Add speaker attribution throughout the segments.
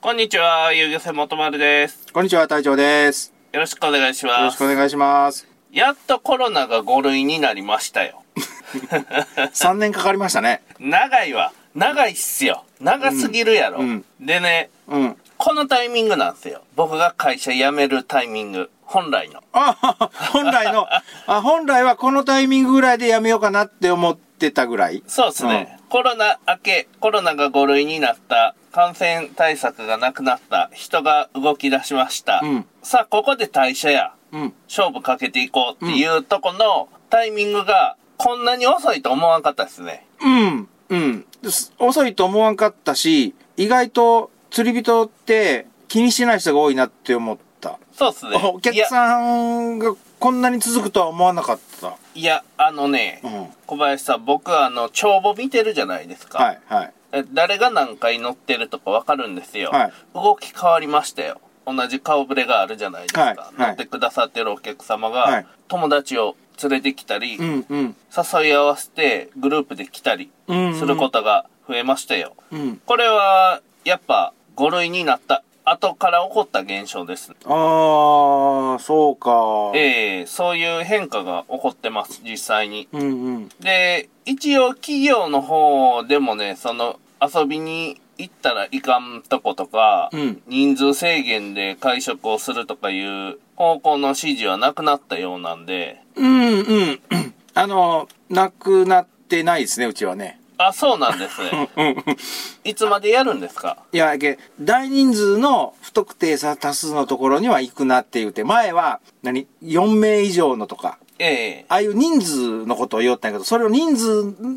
Speaker 1: こんにちは、遊漁船元丸です。
Speaker 2: こんにちは、隊長です。
Speaker 1: よろしくお願いし
Speaker 2: よ
Speaker 1: ま
Speaker 2: ろし
Speaker 1: す。
Speaker 2: くお願い します。
Speaker 1: やっとコロナが5類になりましたよ。
Speaker 2: 3年かかりましたね。
Speaker 1: 長いわ。長いっすよ。長すぎるやろ。
Speaker 2: うん
Speaker 1: でね、
Speaker 2: うん。
Speaker 1: このタイミングなんですよ。僕が会社辞めるタイミング。本来の。
Speaker 2: あ、本来の、あ、本来はこのタイミングぐらいでやめようかなって思ってたぐらい。
Speaker 1: そうですね、コロナ明け、コロナが5類になった、感染対策がなくなった、人が動き出しました。
Speaker 2: うん
Speaker 1: さあ、ここで退社や。
Speaker 2: うん。
Speaker 1: 勝負かけていこうっていうとこのタイミングがこんなに遅いと思わんかったですね。
Speaker 2: うん。うん。です遅いと思わんかったし、意外と釣り人って気にしてない人が多いなって思った。
Speaker 1: そうっすね。
Speaker 2: お客
Speaker 1: ん
Speaker 2: さんがこんなに続くとは思わなかった。
Speaker 1: いや、いやあのね、
Speaker 2: うん。
Speaker 1: 小林さん、僕あの、帳簿見てるじゃないですか。
Speaker 2: はい、はい。
Speaker 1: え誰が何回乗ってるとかわかるんですよ、
Speaker 2: はい
Speaker 1: 動き変わりましたよ。同じ顔ぶれがあるじゃないですか。
Speaker 2: はいはい
Speaker 1: 乗ってくださってるお客様が、
Speaker 2: はい
Speaker 1: 友達を連れてきたり、
Speaker 2: うん、うん。
Speaker 1: 誘い合わせてグループで来たり
Speaker 2: うんうん
Speaker 1: することが増えましたよ。
Speaker 2: うん。
Speaker 1: これは、やっぱ、5類になった後から起こった現象です。
Speaker 2: ああ、そうか。
Speaker 1: ええそういう変化が起こってます、実際に。
Speaker 2: うん、うん。
Speaker 1: で、一応企業の方でもね、その、遊びに行ったらいかんとことか、
Speaker 2: うん
Speaker 1: 人数制限で会食をするとかいう方向の指示はなくなったようなんで、
Speaker 2: うんうん。あの、なくなってないですね、うちはね。
Speaker 1: あ、 そうなんですね。いつまでやるんですか
Speaker 2: いや、け大人数の不特定多数のところには行くなって言うて、前は、何 ?4 名以上のとか、
Speaker 1: ええ
Speaker 2: ああいう人数のことを言おったんやけど、それを人数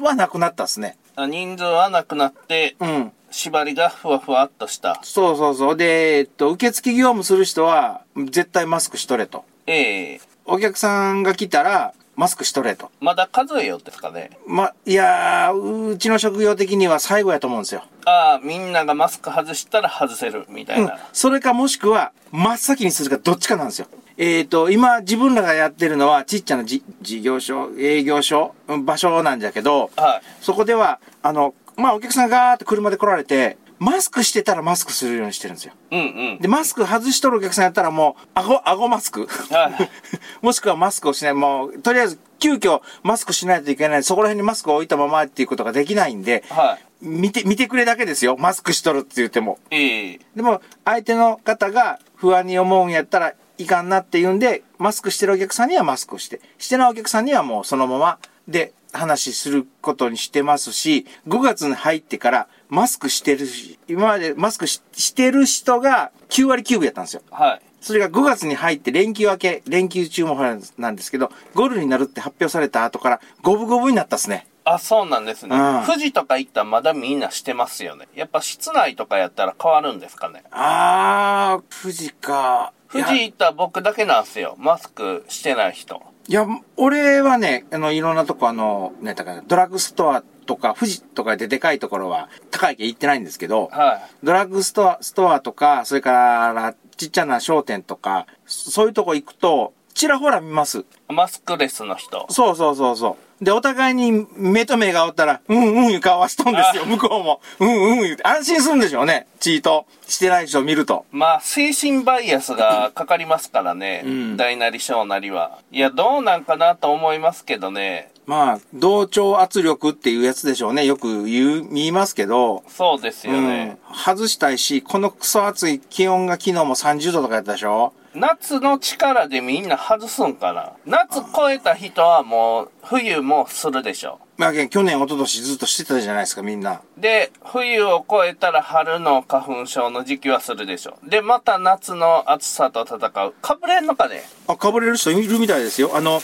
Speaker 2: はなくなったっすね。
Speaker 1: あ人数はなくなって、
Speaker 2: うん。
Speaker 1: 縛りがふわふわっとした。
Speaker 2: そうそうそう。で、えっと、受付業務する人は、絶対マスクしとれと。
Speaker 1: ええ
Speaker 2: お客さんが来たら、マスクしとれと。
Speaker 1: まだ数えようですかね。
Speaker 2: ま、いやー、うちの職業的には最後やと思うんですよ。
Speaker 1: ああ、みんながマスク外したら外せる、みたい
Speaker 2: うん
Speaker 1: な。、
Speaker 2: それかもしくは、真っ先にするかどっちかなんですよ。えっ、と、今、自分らがやってるのは、ちっちゃなじ事業所、営業所、うん場所なんじゃけど、
Speaker 1: はい。
Speaker 2: そこでは、あの、まあ、お客さんがガーッと車で来られて、マスクしてたらマスクするようにしてるんですよ。
Speaker 1: うんうん。
Speaker 2: で、マスク外しとるお客さんやったらもう、顎、顎マスク
Speaker 1: はい。
Speaker 2: もしくはマスクをしない。もう、とりあえず、急遽マスクしないといけない。そこら辺にマスクを置いたままっていうことができないんで、
Speaker 1: はい。
Speaker 2: 見て、見てくれだけですよ。マスクしとるって言っても。
Speaker 1: ええ
Speaker 2: でも相手の方が不安に思うんやったらいかんなって言うんでマスクしてるお客さんにはマスクをしてしてないお客さんにはもうそのままで話しすることにしてますし5月に入ってからマスクしてるし今までマスクししてる人が9割9分やったんですよ。
Speaker 1: はい。
Speaker 2: それが5月に入って連休明け連休中もなんですけどゴールになるって発表された後から五分五分になったっすね。
Speaker 1: あ、そうなんですね。
Speaker 2: うん
Speaker 1: 富士とか行ったらまだみんなしてますよね。やっぱ室内とかやったら変わるんですかね。
Speaker 2: あー、富士か。
Speaker 1: 富士行ったら僕だけなんですよ。マスクしてない人。
Speaker 2: いや、俺はね、あの、いろんなとこ、あの、ね、だから、ドラッグストアとか、富士とかででかいところは、高い家行ってないんですけど、
Speaker 1: は
Speaker 2: ドラッグストア、ストアとか、それから、ちっちゃな商店とか、そそういうとこ行くと、ちらほら見ます。
Speaker 1: い。マスクレスの人。
Speaker 2: そうそうそうそう。で、お互いに目と目がおったら、うんうんいう顔はしとんですよ、
Speaker 1: あ
Speaker 2: 向こうも。うんうん言うて、安心するんでしょうね、チート。してない人を見ると。
Speaker 1: まあ、精神バイアスがかかりますからね。
Speaker 2: ん
Speaker 1: 大なり小なりは。いや、どうなんかなと思いますけどね。
Speaker 2: まあ、同調圧力っていうやつでしょうね、よく言う、言いますけど、
Speaker 1: そうですよね。
Speaker 2: うん、外したいし、このクソ暑い気温が昨日も30度とかやったでしょ
Speaker 1: 夏の力でみんな外すんかな夏超えた人はもう冬もするでしょ
Speaker 2: まあ、けん去年、一昨年ずっとしてたじゃないですか、みんな。
Speaker 1: で冬を超えたら春の花粉症の時期はするでしょでまた夏の暑さと戦うかぶれんのかね
Speaker 2: あ、かぶれる人いるみたいですよ。あの、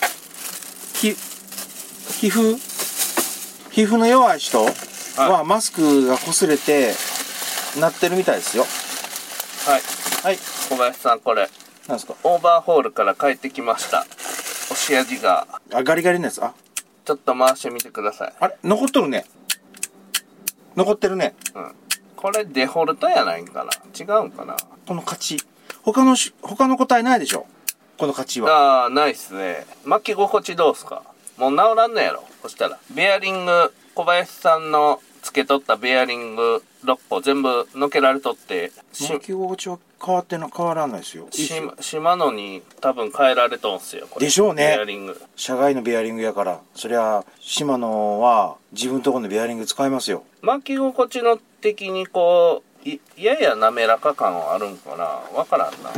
Speaker 2: き、皮膚、皮膚の弱い人はマスクが擦れて、なってるみたいですよ。
Speaker 1: はい
Speaker 2: はい。
Speaker 1: 小林さんこれ
Speaker 2: なんですか
Speaker 1: オーバーホールから帰ってきました押し味が
Speaker 2: あ、ガリガリのやつ。あ、
Speaker 1: ちょっと回してみてください、
Speaker 2: あれ残っとるね。残ってるね。
Speaker 1: うん、これデフォルトやないんかな違うんかな
Speaker 2: この勝ち。他のし、他の個体ないでしょこの勝ちは。
Speaker 1: ああないっすね巻き心地どうっすかもう治らんのやろそしたらベアリング小林さんのつけとったベアリング6個全部抜けられとって、し
Speaker 2: 抜き心地は変わってな変わらないですよ
Speaker 1: し島野に多分変えられとんすよこれ
Speaker 2: でしょう
Speaker 1: ベ
Speaker 2: ね
Speaker 1: アリング
Speaker 2: 社外のベアリングやからそりゃ島野は自分とこのベアリング使いますよ
Speaker 1: 巻き心地の的にこういやや滑らか感はあるんかなわからんな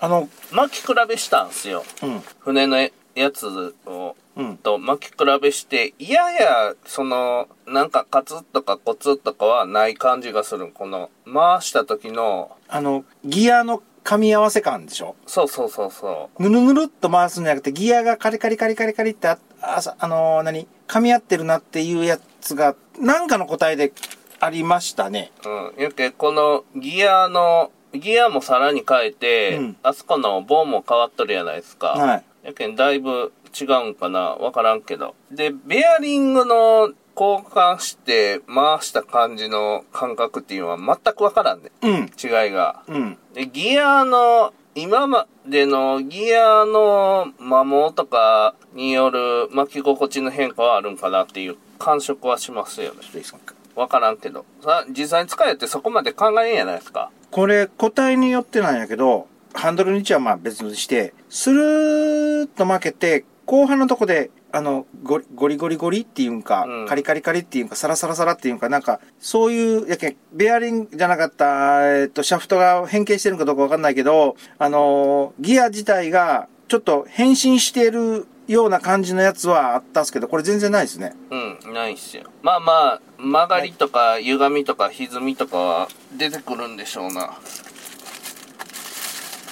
Speaker 2: あの
Speaker 1: 巻き比べしたんすよ
Speaker 2: うん
Speaker 1: 船のやつを
Speaker 2: うん
Speaker 1: と巻き比べしていややそのなんかカツッとかコツッとかはない感じがするこの回した時の
Speaker 2: あのギアの噛み合わせ感でしょ
Speaker 1: そうそうそうそ
Speaker 2: ぬるぬるっと回すんじゃなくてギアがカリカリカリカリカリってああさあのー何噛み合ってるなっていうやつがなんかの答えでありましたね
Speaker 1: ううんやけこのギアのギアもさらに変えて、
Speaker 2: うん
Speaker 1: あそこの棒も変わっとるやないですか、
Speaker 2: はい
Speaker 1: やけんだいぶ違うんかなわからんけどでベアリングの交換して回した感じの感覚っていうのは全くわからんね
Speaker 2: うん
Speaker 1: 違いが
Speaker 2: うん
Speaker 1: でギアの今までのギアの摩耗とかによる巻き心地の変化はあるんかなっていう感触はしますよね
Speaker 2: ちょっといいですか
Speaker 1: わからんけどさ実際に使えてそこまで考えんやないですか
Speaker 2: これ個体によってなんやけどハンドルの位置はまあ別にしてスルーッと負けて後半のとこであのゴリゴリゴリゴリっていうんか、
Speaker 1: うん
Speaker 2: カリカリカリっていうんかサラサラサラっていうんかなんかそういうやけんベアリングじゃなかった、えっと、シャフトが変形してるのかどうかわかんないけどあのーギア自体がちょっと変身してるような感じのやつはあったんですけどこれ全然ないです ね
Speaker 1: うん、ないっすよ。まあまあ、曲がりとか歪みとか歪みとかは出てくるんでしょうな。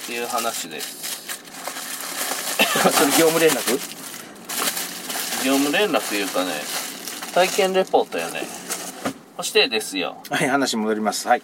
Speaker 1: いう話です。
Speaker 2: それ業務連絡
Speaker 1: 業務連絡いうかね、体験レポートやね。そしてですよ、
Speaker 2: はい話戻りますはい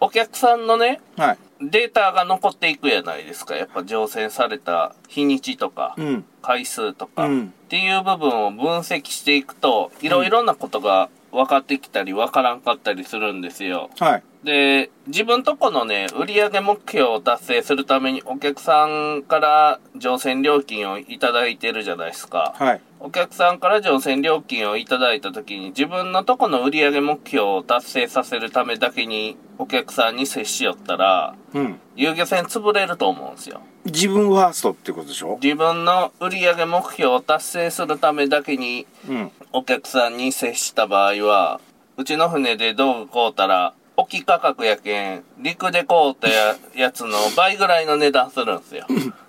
Speaker 1: お客さんのね、
Speaker 2: はい
Speaker 1: データが残っていくやないですか。やっぱ乗船された日にちとか、
Speaker 2: うん
Speaker 1: 回数とか、
Speaker 2: うん
Speaker 1: っていう部分を分析していくと、いろいろなことが分かってきたり分からんかったりするんですよ。
Speaker 2: はい
Speaker 1: で、自分とこのね、売上目標を達成するためにお客さんから乗船料金をいただいてるじゃないですか。
Speaker 2: はい
Speaker 1: お客さんから乗船料金をいただいたときに自分のとこの売上目標を達成させるためだけにお客さんに接しよったら、
Speaker 2: うん
Speaker 1: 遊漁船潰れると思うんですよ。
Speaker 2: 自分ファーストってことでしょ
Speaker 1: 自分の売上目標を達成するためだけに
Speaker 2: うん。
Speaker 1: お客さんに接した場合は、うちの船で道具買うたら、沖価格やけん、陸で買うたややつの倍ぐらいの値段するんす よ。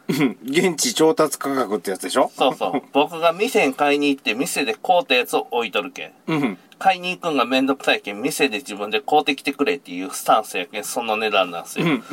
Speaker 2: 現地調達価格ってやつでしょ
Speaker 1: そうそう。僕が店に買いに行って店で買うたやつを置いとるけん。
Speaker 2: うん。
Speaker 1: 買いに行くんがめんどくさいけん、店で自分で買うてきてくれっていうスタンスやけん、その値段なんす
Speaker 2: う
Speaker 1: よ。
Speaker 2: ん。うん。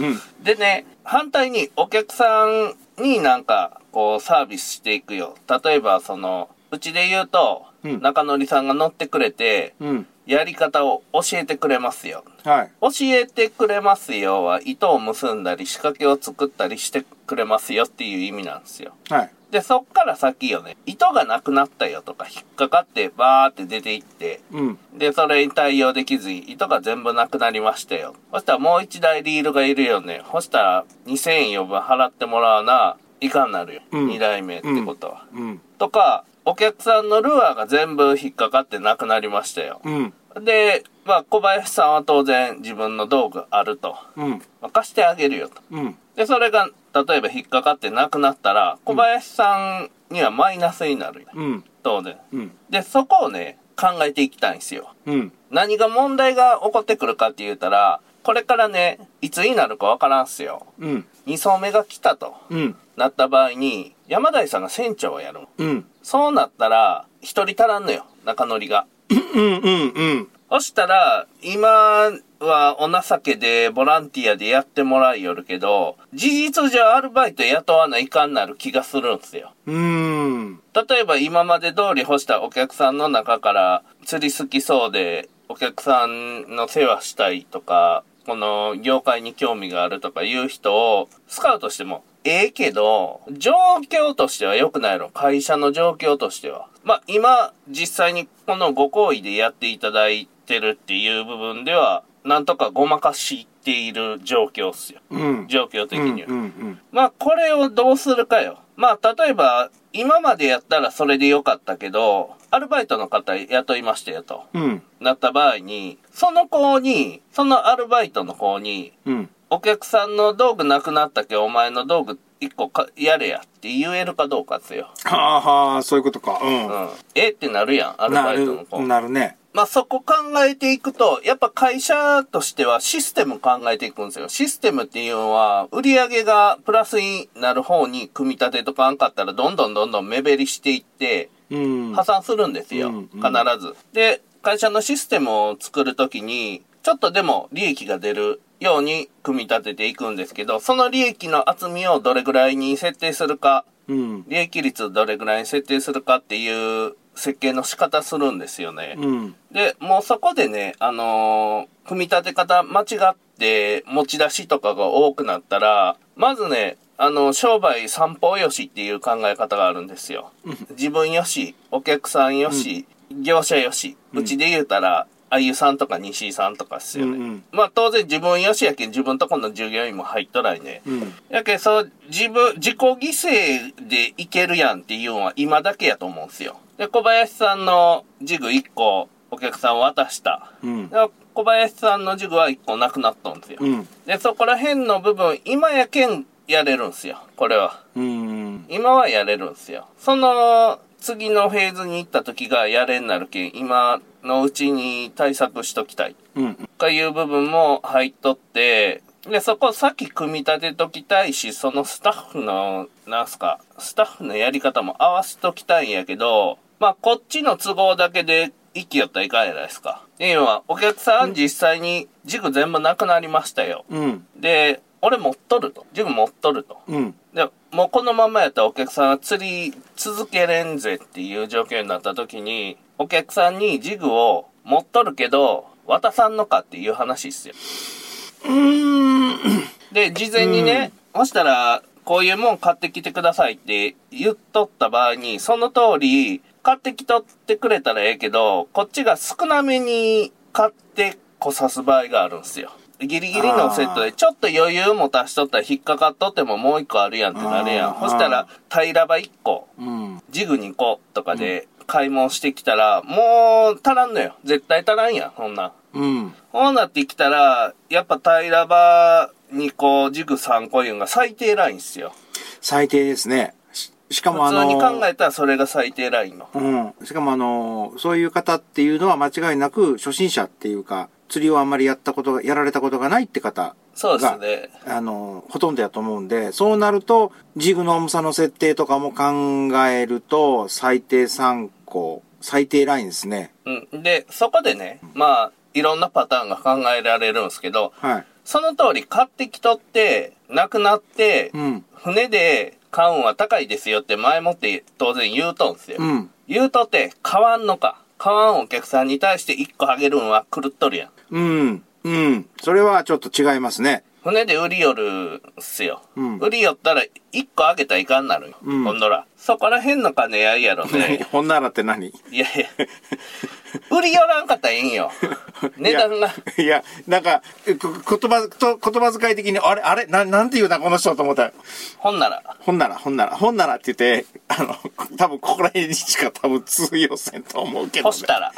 Speaker 1: でね、反対にお客さんになんか、こう、サービスしていくよ。例えば、その、うちで言うと、
Speaker 2: うん
Speaker 1: 中乗さんが乗ってくれて、
Speaker 2: うん。
Speaker 1: やり方を教えてくれますよ。
Speaker 2: はい。
Speaker 1: 教えてくれますよは糸を結んだり仕掛けを作ったりしてくれますよっていう意味なんですよ。
Speaker 2: はい。
Speaker 1: で、そっから先よね、糸がなくなったよとか引っかかってバーって出ていって、
Speaker 2: うん。
Speaker 1: で、それに対応できずに糸が全部なくなりましたよ。そしたらもう一台リールがいるよね。そしたら2000円余分払ってもらわな、いかんなるよ。
Speaker 2: うん
Speaker 1: 二代目ってことは。
Speaker 2: うん。
Speaker 1: とか、お客さんのルアーが全部引っかかってなくなりましたよ。
Speaker 2: うん。
Speaker 1: で、まあ、小林さんは当然自分の道具あると。
Speaker 2: うん。
Speaker 1: まあ貸してあげるよと。
Speaker 2: うん。
Speaker 1: で、それが、例えば引っかかってなくなったら、小林さんにはマイナスになるよ。
Speaker 2: うん。
Speaker 1: 当然。
Speaker 2: うん。
Speaker 1: で、そこをね、考えていきたいんですよ。
Speaker 2: うん。
Speaker 1: 何が問題が起こってくるかって言ったら、これからね、いつになるかわからんっすよ。
Speaker 2: うん。
Speaker 1: 二層目が来たと
Speaker 2: うん。
Speaker 1: なった場合に、山台さんが船長をやる。
Speaker 2: うん。
Speaker 1: そうなったら、一人足らんのよ、中乗りが。
Speaker 2: うん。うん。うん。
Speaker 1: そしたら、今はお情けでボランティアでやってもらいよるけど、事実上アルバイト雇わないかんなる気がするんすよ。
Speaker 2: うん。
Speaker 1: 例えば今まで通り干したお客さんの中から釣り好きそうでお客さんの世話したいとか、この業界に興味があるとかいう人をスカウトしてもええけど、状況としては良くないの。会社の状況としては。まあ今実際にこのご行為でやっていただいてるっていう部分では、なんとかごまかしている状況っすよ。
Speaker 2: うん。
Speaker 1: 状況的には。
Speaker 2: うん。
Speaker 1: まあこれをどうするかよ。まあ例えば今までやったらそれでよかったけど、アルバイトの方雇いましたよと、
Speaker 2: うん。
Speaker 1: なった場合に、その子に、そのアルバイトの子に、
Speaker 2: うん。
Speaker 1: お客さんの道具なくなったけお前の道具一個かやれやって言えるかどうかですよ。
Speaker 2: はあはあ、そういうことか。
Speaker 1: う。
Speaker 2: うん
Speaker 1: えってなるやん、ア
Speaker 2: ん。
Speaker 1: ル
Speaker 2: な
Speaker 1: バイトの子。
Speaker 2: る、なるね。
Speaker 1: まあそこ考えていくと、やっぱ会社としてはシステム考えていくんですよ。システムっていうのは、売り上げがプラスになる方に組み立てとかあんかったら、どんどんどんどん目減りしていって、
Speaker 2: うん。
Speaker 1: 破産するんですよ。
Speaker 2: うん
Speaker 1: 必ず。で、会社のシステムを作るときに、ちょっとでも利益が出るように組み立てていくんですけど、その利益の厚みをどれぐらいに設定するか、
Speaker 2: うん。
Speaker 1: 利益率をどれぐらいに設定するかっていう設計の仕方するんですよね。
Speaker 2: うん。
Speaker 1: で、もうそこでね、あのー組み立て方間違って持ち出しとかが多くなったら、まずね、あの、商売三方よしっていう考え方があるんですよ。自分よし、お客さんよし、業者よし、うちで言うたら、あゆさんとか西井さんとかっすよね。
Speaker 2: うんうん
Speaker 1: まあ当然自分よしやけん自分とこの従業員も入っとらいね。
Speaker 2: うん。
Speaker 1: やけんそう、自分、自己犠牲でいけるやんっていうのは今だけやと思うんすよ。で、小林さんのジグ1個お客さん渡した。
Speaker 2: うん
Speaker 1: で。小林さんのジグは1個なくなったんですよ。
Speaker 2: うん。
Speaker 1: で、そこら辺の部分、今やけんやれるんすよ。これは。
Speaker 2: うん。
Speaker 1: 今はやれるんすよ。その、次のフェーズに行った時がやれになるけん、今のうちに対策しときたい。
Speaker 2: うん。
Speaker 1: とかいう部分も入っとって、で、そこをさっき組み立てときたいし、そのスタッフの、なんすか、スタッフのやり方も合わせときたいんやけど、まあ、こっちの都合だけで一気やったらいかんやないですか。っていうのは、お客さん実際に軸全部なくなりましたよ。
Speaker 2: うん。
Speaker 1: で、俺持っとると。軸持っとると。
Speaker 2: うん。
Speaker 1: でもうこのままやったらお客さんは釣り続けれんぜっていう状況になった時にお客さんにジグを持っとるけど渡さんのかっていう話っすよ
Speaker 2: うん。
Speaker 1: で事前にね、そしたらこういうもん買ってきてくださいって言っとった場合にその通り買ってきとってくれたらええけどこっちが少なめに買ってこさす場合があるんすよギリギリのセットでちょっと余裕も足しとったら引っかかっとってももう一個あるやんってなるや
Speaker 2: あ
Speaker 1: ん
Speaker 2: ー
Speaker 1: そしたら平らば1個
Speaker 2: うん。
Speaker 1: ジグ2個とかで買い物してきたら、もう足らんのよ絶対足らんやんそんなん
Speaker 2: うん。
Speaker 1: こうなってきたら、やっぱ平らば2個、軸3個いうんが最低ラインっすよ。
Speaker 2: 最低ですね。ししかもあ
Speaker 1: 普通
Speaker 2: の、
Speaker 1: に考えたらそれが最低ラインの。
Speaker 2: うん。しかもあの、そういう方っていうのは間違いなく初心者っていうか、釣りをあんまりやったことが、やられたことがないって方
Speaker 1: そうですね。
Speaker 2: あの、ほとんどやと思うんで、そうなると、ジグの重さの設定とかも考えると、最低3個、最低ラインですね。
Speaker 1: うん。で、そこでね、まあ、いろんなパターンが考えられるんですけど、
Speaker 2: はい。
Speaker 1: その通り買ってきとって、なくなって
Speaker 2: う、ん。
Speaker 1: 船で買うんは高いですよって前もって当然言うとんすよ
Speaker 2: う。ん。
Speaker 1: 言うとって、買わんのか。買わんお客さんに対して1個あげるんは狂っとるやん。
Speaker 2: うん。うん。それはちょっと違いますね。
Speaker 1: 船で売り寄るっすよ。
Speaker 2: うん
Speaker 1: 売り寄ったら1個あげたらいかんなるよ。
Speaker 2: うん
Speaker 1: ほんなら。そこら辺の金やいやろね。
Speaker 2: ほんならって 何
Speaker 1: いやいや。売り寄らんかったらいいん よ。値段が。
Speaker 2: いや、なんか、こ言葉、と言葉遣い的に、あれ、あれ、ななんて言うな、この人と思ったら、
Speaker 1: ほんなら。
Speaker 2: ほんなら、ほんなら、ほんならって言って、あの、多分ここら辺にしか多分通用せんと思うけど、
Speaker 1: 干 したら。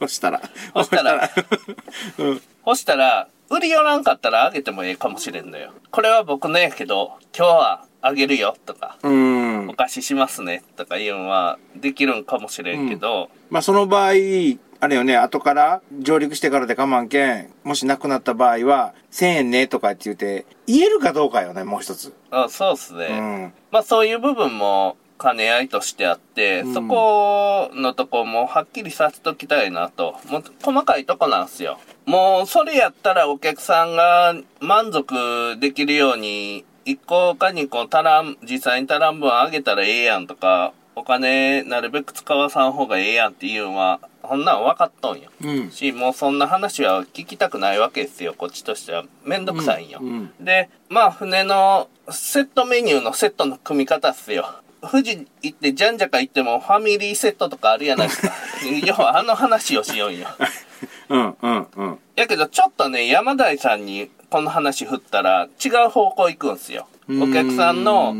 Speaker 2: 干したら。
Speaker 1: 干したら
Speaker 2: 干したらうん。
Speaker 1: 干したら、売り寄らんかったらあげてもええかもしれんのよ。これは僕のやけど、今日はあげるよとか、
Speaker 2: うん
Speaker 1: お。貸ししますねとかいうのはできるんかもしれんけど、
Speaker 2: まあその場合、あれよね、後から上陸してからで我慢けん、もし亡くなった場合は、1000円ねとかって言って、言えるかどうかよね、もう一つ。
Speaker 1: あそうっすね。
Speaker 2: うん。
Speaker 1: まあそういう部分も兼ね合いとしてあって、
Speaker 2: うん
Speaker 1: そこのとこもはっきりさせときたいなと。もう細かいとこなんすよ。もうそれやったらお客さんが満足できるように、1個か2個足らん、実際に足らん分あげたらええやんとか、お金なるべく使わさん方がええやんっていうのは、そんなん分かっとんよ。
Speaker 2: うん。
Speaker 1: し、もうそんな話は聞きたくないわけですよ、こっちとしては。めんどくさいんよ。
Speaker 2: うん。
Speaker 1: で、まあ、船のセットメニューのセットの組み方っすよ。富士行って、じゃんじゃか行っても、ファミリーセットとかあるやないです か。要は、あの話をしようんよ。
Speaker 2: うん。うん。うん。
Speaker 1: やけど、ちょっとね、山台さんにこの話振ったら、違う方向行くんすよ。お客さんの、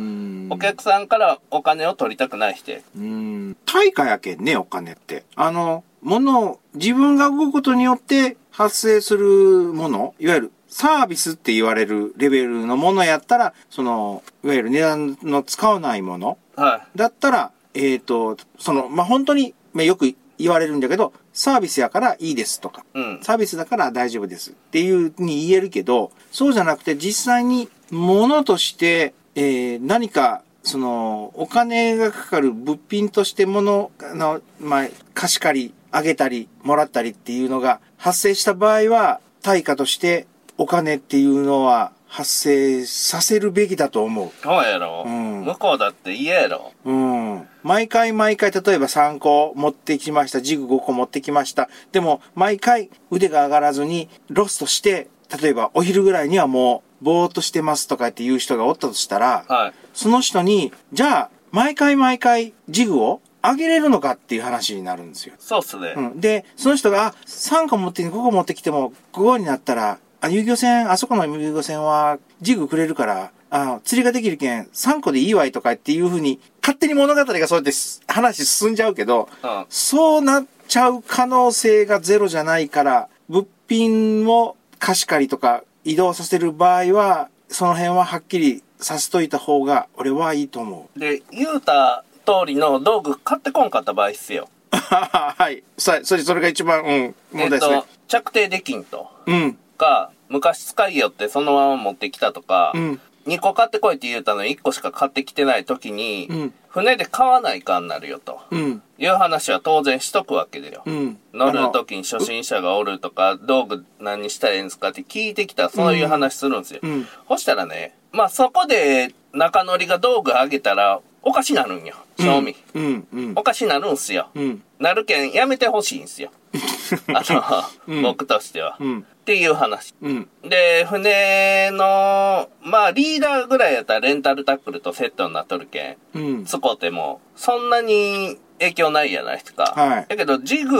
Speaker 1: お客さんからお金を取りたくない人や
Speaker 2: うん。うん。対価やけんね、お金って。あの、ものを、自分が動くことによって発生するもの、いわゆるサービスって言われるレベルのものやったら、その、いわゆる値段の使わないもの
Speaker 1: は
Speaker 2: だったら、えっ、と、その、まあ、本当に、まあよく言われるんだけど、サービスやからいいですとか、
Speaker 1: い。うん。
Speaker 2: サービスだから大丈夫ですっていうふうに言えるけど、そうじゃなくて実際に物として、えー何か、その、お金がかかる物品として物の、まあ、貸し借り、あげたり、もらったりっていうのが発生した場合は、対価としてお金っていうのは発生させるべきだと思う。
Speaker 1: そうやろ。
Speaker 2: うん
Speaker 1: 向こうだって嫌やろ。
Speaker 2: うん。毎回毎回、例えば3個持ってきました。ジグ5個持ってきました。でも、毎回腕が上がらずにロストして、例えばお昼ぐらいにはもう、ぼーっとしてますとかっていう人がおったとしたら、
Speaker 1: はい。
Speaker 2: その人に、じゃあ、毎回毎回ジグを上げれるのかっていう話になるんですよ。
Speaker 1: そうっすね。
Speaker 2: うん、で、その人が、あ、3個持ってきて、5個持ってきても、5個になったら、あ、遊漁船、あそこの遊漁船は、ジグくれるから、あ、釣りができるけん、3個でいいわいとかっていうふうに、勝手に物語がそうやってす話進んじゃうけど、
Speaker 1: うん
Speaker 2: そうなっちゃう可能性がゼロじゃないから、物品を貸し借りとか移動させる場合は、その辺ははっきりさせといた方が、俺はいいと思う。
Speaker 1: で、言うた通りの道具買ってこんかった場合っすよ。
Speaker 2: はい。さそれ、それが一番、うん、問題
Speaker 1: えっ
Speaker 2: ですね
Speaker 1: と。、着底できんと。
Speaker 2: うん。
Speaker 1: か、昔使いよってそのまま持ってきたとか、
Speaker 2: うん
Speaker 1: 2個買ってこいって言うたのに1個しか買ってきてない時に、
Speaker 2: うん
Speaker 1: 船で買わないかになるよと。
Speaker 2: うん。
Speaker 1: いう話は当然しとくわけだよ。
Speaker 2: うん。
Speaker 1: 乗
Speaker 2: あの
Speaker 1: る時に初心者がおるとか、道具何したらいいんですかって聞いてきたら、そういう話するんですよ。
Speaker 2: うん
Speaker 1: そしたらね、まあそこで中乗りが道具上げたら、おかしなるんよ。正味。
Speaker 2: うんうん
Speaker 1: おかしなるんすよ。
Speaker 2: うん
Speaker 1: なるけん、やめてほしいんすよ。あの、
Speaker 2: うん
Speaker 1: 僕としては。
Speaker 2: う
Speaker 1: っ
Speaker 2: ん
Speaker 1: ていう話。
Speaker 2: うん
Speaker 1: で、船の、まあ、リーダーぐらいやったらレンタルタックルとセットになっとるけ
Speaker 2: うん
Speaker 1: ん、つこても、そんなに影響ないやないですか。
Speaker 2: はい
Speaker 1: だけど、ジグ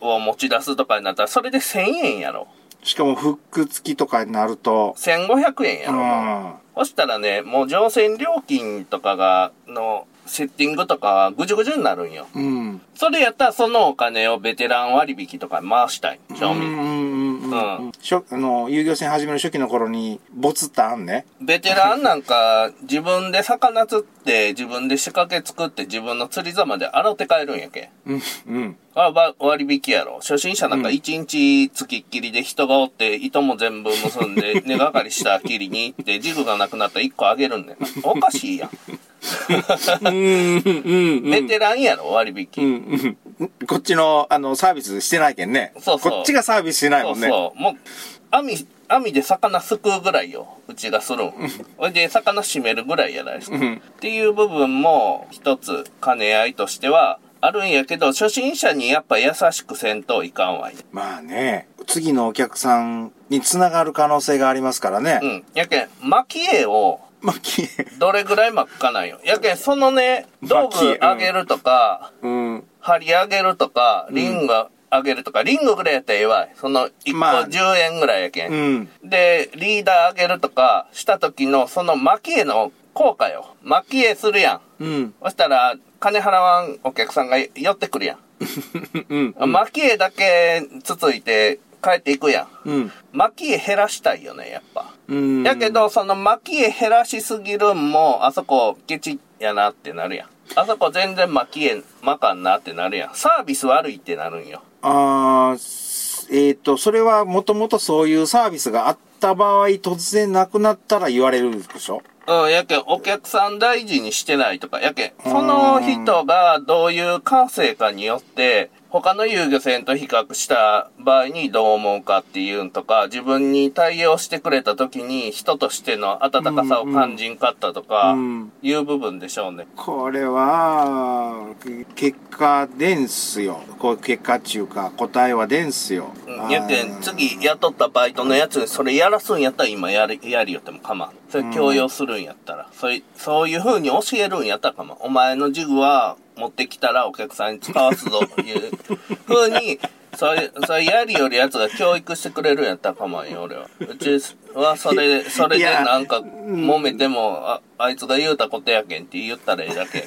Speaker 1: を持ち出すとかになったら、それで1000円やろ。
Speaker 2: しかもフック付きとかになると
Speaker 1: 1500円や
Speaker 2: う
Speaker 1: ろ。もうんそしたらね、もう乗船料金とかが、の、セッティングとかはぐじゅぐじゅになるんよ。
Speaker 2: うん
Speaker 1: それやったら、そのお金をベテラン割引とかに回したい。
Speaker 2: う
Speaker 1: 正味。
Speaker 2: んうんうんうん
Speaker 1: うん
Speaker 2: しょあの遊漁船始める初期の頃にボツったあんね
Speaker 1: ベテランなんか、自分で魚釣って、自分で仕掛け作って、自分の釣りざまで洗って帰るんやけ。
Speaker 2: うんうん
Speaker 1: あ、わ割引やろ。初心者なんか一日つきっきりで人がおって、糸も全部結んで、根がかりしたきりに行って、ジグがなくなったら1個あげるんだよな。おかしいやん。
Speaker 2: うんうん
Speaker 1: ベテランやろ、割
Speaker 2: う
Speaker 1: 引。
Speaker 2: んうんこっちのあのサービスしてないけんね
Speaker 1: そうそう
Speaker 2: こっちがサービスしてない
Speaker 1: そ
Speaker 2: も
Speaker 1: うん
Speaker 2: ね
Speaker 1: そう。もう、網、網で魚すくうぐらいよ。うちがするん。ほいで、魚締めるぐらいやないですか。
Speaker 2: ん
Speaker 1: っていう部分も、一つ、兼ね合いとしては、あるんやけど、初心者にやっぱ優しくせんといかんわい。
Speaker 2: まあね次のお客さんにつながる可能性がありますからね、
Speaker 1: うん。やけん、巻き絵を、
Speaker 2: まあき
Speaker 1: どれぐらい巻くかなんよ。やけん、そのね、道
Speaker 2: 蒔絵
Speaker 1: 具あげるとか、
Speaker 2: うん
Speaker 1: 針あげるとか、リングあげるとか、リングぐらいやったらええわい。その、1
Speaker 2: まあ
Speaker 1: 個10円ぐらいやけん。
Speaker 2: うん
Speaker 1: で、リーダーあげるとかした時の、その巻き絵の効果よ。巻き絵するやん。
Speaker 2: うん
Speaker 1: そしたら、金払わんお客さんが寄ってくるやん。
Speaker 2: うん
Speaker 1: 巻き絵だけつついて帰っていくやん。
Speaker 2: うん
Speaker 1: 巻き絵減らしたいよね、やっぱ。
Speaker 2: うん
Speaker 1: やけど、その巻き絵減らしすぎるんも、あそこケチやなってなるやん。あそこ全然巻き絵まかんなってなるやん。サービス悪いってなるんよ。
Speaker 2: あーえっ、と、それはもともとそういうサービスがあった場合、突然なくなったら言われるでしょ
Speaker 1: うん、やけん、お客さん大事にしてないとか、やけん、その人がどういう感性かによって、他の遊漁船と比較した場合にどう思うかっていうのとか、自分に対応してくれた時に人としての温かさを感じんかったとか
Speaker 2: うんうん、
Speaker 1: いう部分でしょうね。
Speaker 2: これは、結果でんすよ。こう結果っていうか、答えはでんすよ。
Speaker 1: うん、やけ
Speaker 2: あ
Speaker 1: ん、
Speaker 2: ー
Speaker 1: 次雇ったバイトのやつにそれやらすんやったら今やり、やりよっても構わん。それ強要するんやったら、それ、そういう風に教えるんやったら構わん。お前のジグは持ってきたらお客さんに使わすぞ、いう風に、 そういう、そういうやりよりやつが教育してくれるんやったら構わんよ、俺は。うちはそれ、それ
Speaker 2: い
Speaker 1: で
Speaker 2: や
Speaker 1: なんか揉めても、ああいつが言うたことやけんって言ったらええだけや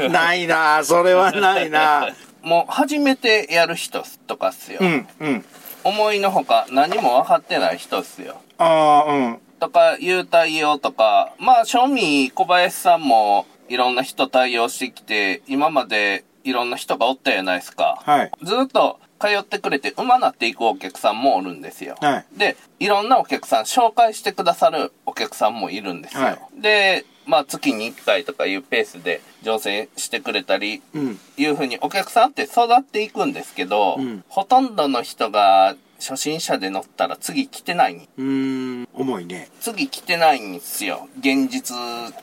Speaker 1: けん。
Speaker 2: ないなあそれはな いなあ
Speaker 1: もう初めてやる人とかっすよ、
Speaker 2: うんうん
Speaker 1: 思いのほか何も分かってない人っすよ
Speaker 2: ああうん
Speaker 1: とかいう対応とかまあ正味小林さんもいろんな人対応してきて今までいろんな人がおったやないですか、
Speaker 2: はい
Speaker 1: ずっと通ってくれて馬なっていくお客さんもおるんですよ、
Speaker 2: はい
Speaker 1: でいろんなお客さん紹介してくださるお客さんもいるんですよ、
Speaker 2: はい
Speaker 1: でまあ月に1回とかいうペースで乗船してくれたり
Speaker 2: うん
Speaker 1: いうふうにお客さんって育っていくんですけど、
Speaker 2: うん
Speaker 1: ほとんどの人が初心者で乗ったら次来てないに
Speaker 2: うーん重いね
Speaker 1: 次来てないんですよ現実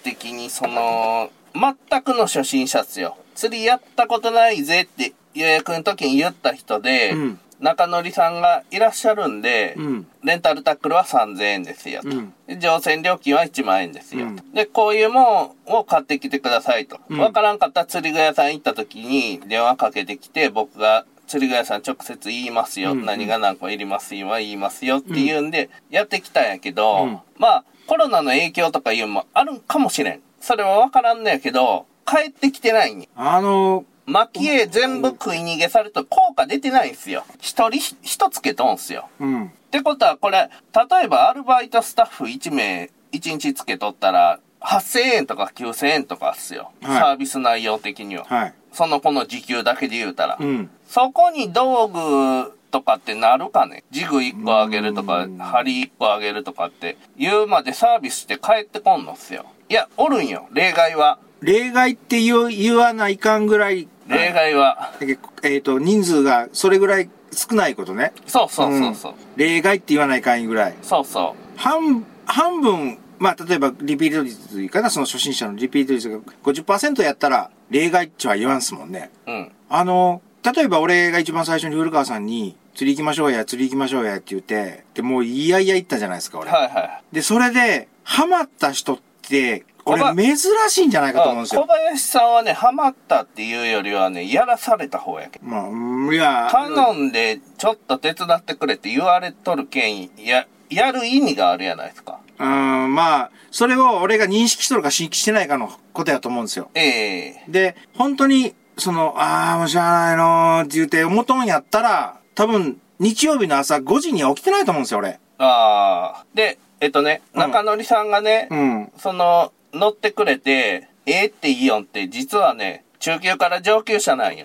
Speaker 1: 的にその全くの初心者っすよ釣りやったことないぜって予約の時に言った人で、
Speaker 2: うん
Speaker 1: 中乗りさんがいらっしゃるんで、
Speaker 2: うん
Speaker 1: レンタルタックルは3000円ですよと、
Speaker 2: うん
Speaker 1: で乗船料金は1万円ですよと、
Speaker 2: う
Speaker 1: でこういうもんを買ってきてくださいと、
Speaker 2: うん
Speaker 1: わからんかったら釣り具屋さん行った時に電話かけてきて僕が釣り具屋さん直接言いますよ、
Speaker 2: うん
Speaker 1: 何が何個いりますよ言いますよっていうんでやってきたんやけど、
Speaker 2: うん
Speaker 1: まあコロナの影響とかいうのもあるんかもしれんそれはわからんのやけど帰ってきてないに
Speaker 2: あの
Speaker 1: 蒔絵全部食い逃げされと効果出てないんすよ一人ひ一つけとんすよ
Speaker 2: うん
Speaker 1: ってことはこれ例えばアルバイトスタッフ1名1日つけとったら8000円とか9000円とかっすよ、
Speaker 2: はい
Speaker 1: サービス内容的には、
Speaker 2: はい
Speaker 1: その子の時給だけで言うたら、
Speaker 2: うん
Speaker 1: そこに道具とかってなるかねジグ1個あげるとか
Speaker 2: うん
Speaker 1: 針1個あげるとかって言うまでサービスして帰ってこんのっすよいやおるんよ例外は
Speaker 2: 例外って言う言わないかんぐらい
Speaker 1: 例外は、
Speaker 2: だけどえっと人数がそれぐらい少ないことね
Speaker 1: そうそうそうそう、
Speaker 2: ん例外って言わないかんぐらい
Speaker 1: そうそ
Speaker 2: 半半分まあ例えばリピート率というかなその初心者のリピート率が50%やったら例外っちは言わんすもんね
Speaker 1: ううん
Speaker 2: あの例えば俺が一番最初に古川さんに釣り行きましょうや釣り行きましょうやって言ってでもういやいや言ったじゃないですか俺、
Speaker 1: はいはい
Speaker 2: でそれでハマった人って俺
Speaker 1: 小
Speaker 2: 珍しいんじゃないかと思うんです
Speaker 1: 小
Speaker 2: よ
Speaker 1: 林さんはねハマったっていうよりはねやらされた方やけど
Speaker 2: まあうんいや
Speaker 1: 頼んでちょっと手伝ってくれって言われとる権威ややる意味があるやないですか
Speaker 2: うんまあそれを俺が認識しとるか認識してないかのことやと思うんですよ
Speaker 1: ええ
Speaker 2: で、本当に、その、ああ、もうしゃあないのーって言って思っとんやったら、多分、日曜日の朝5時には起きてないと思うんですよ、俺。
Speaker 1: ああでえっとね
Speaker 2: うん
Speaker 1: 中則さんがね、
Speaker 2: うん。
Speaker 1: その乗ってくれてええっていいよんって実はね中級から上級者 なんよ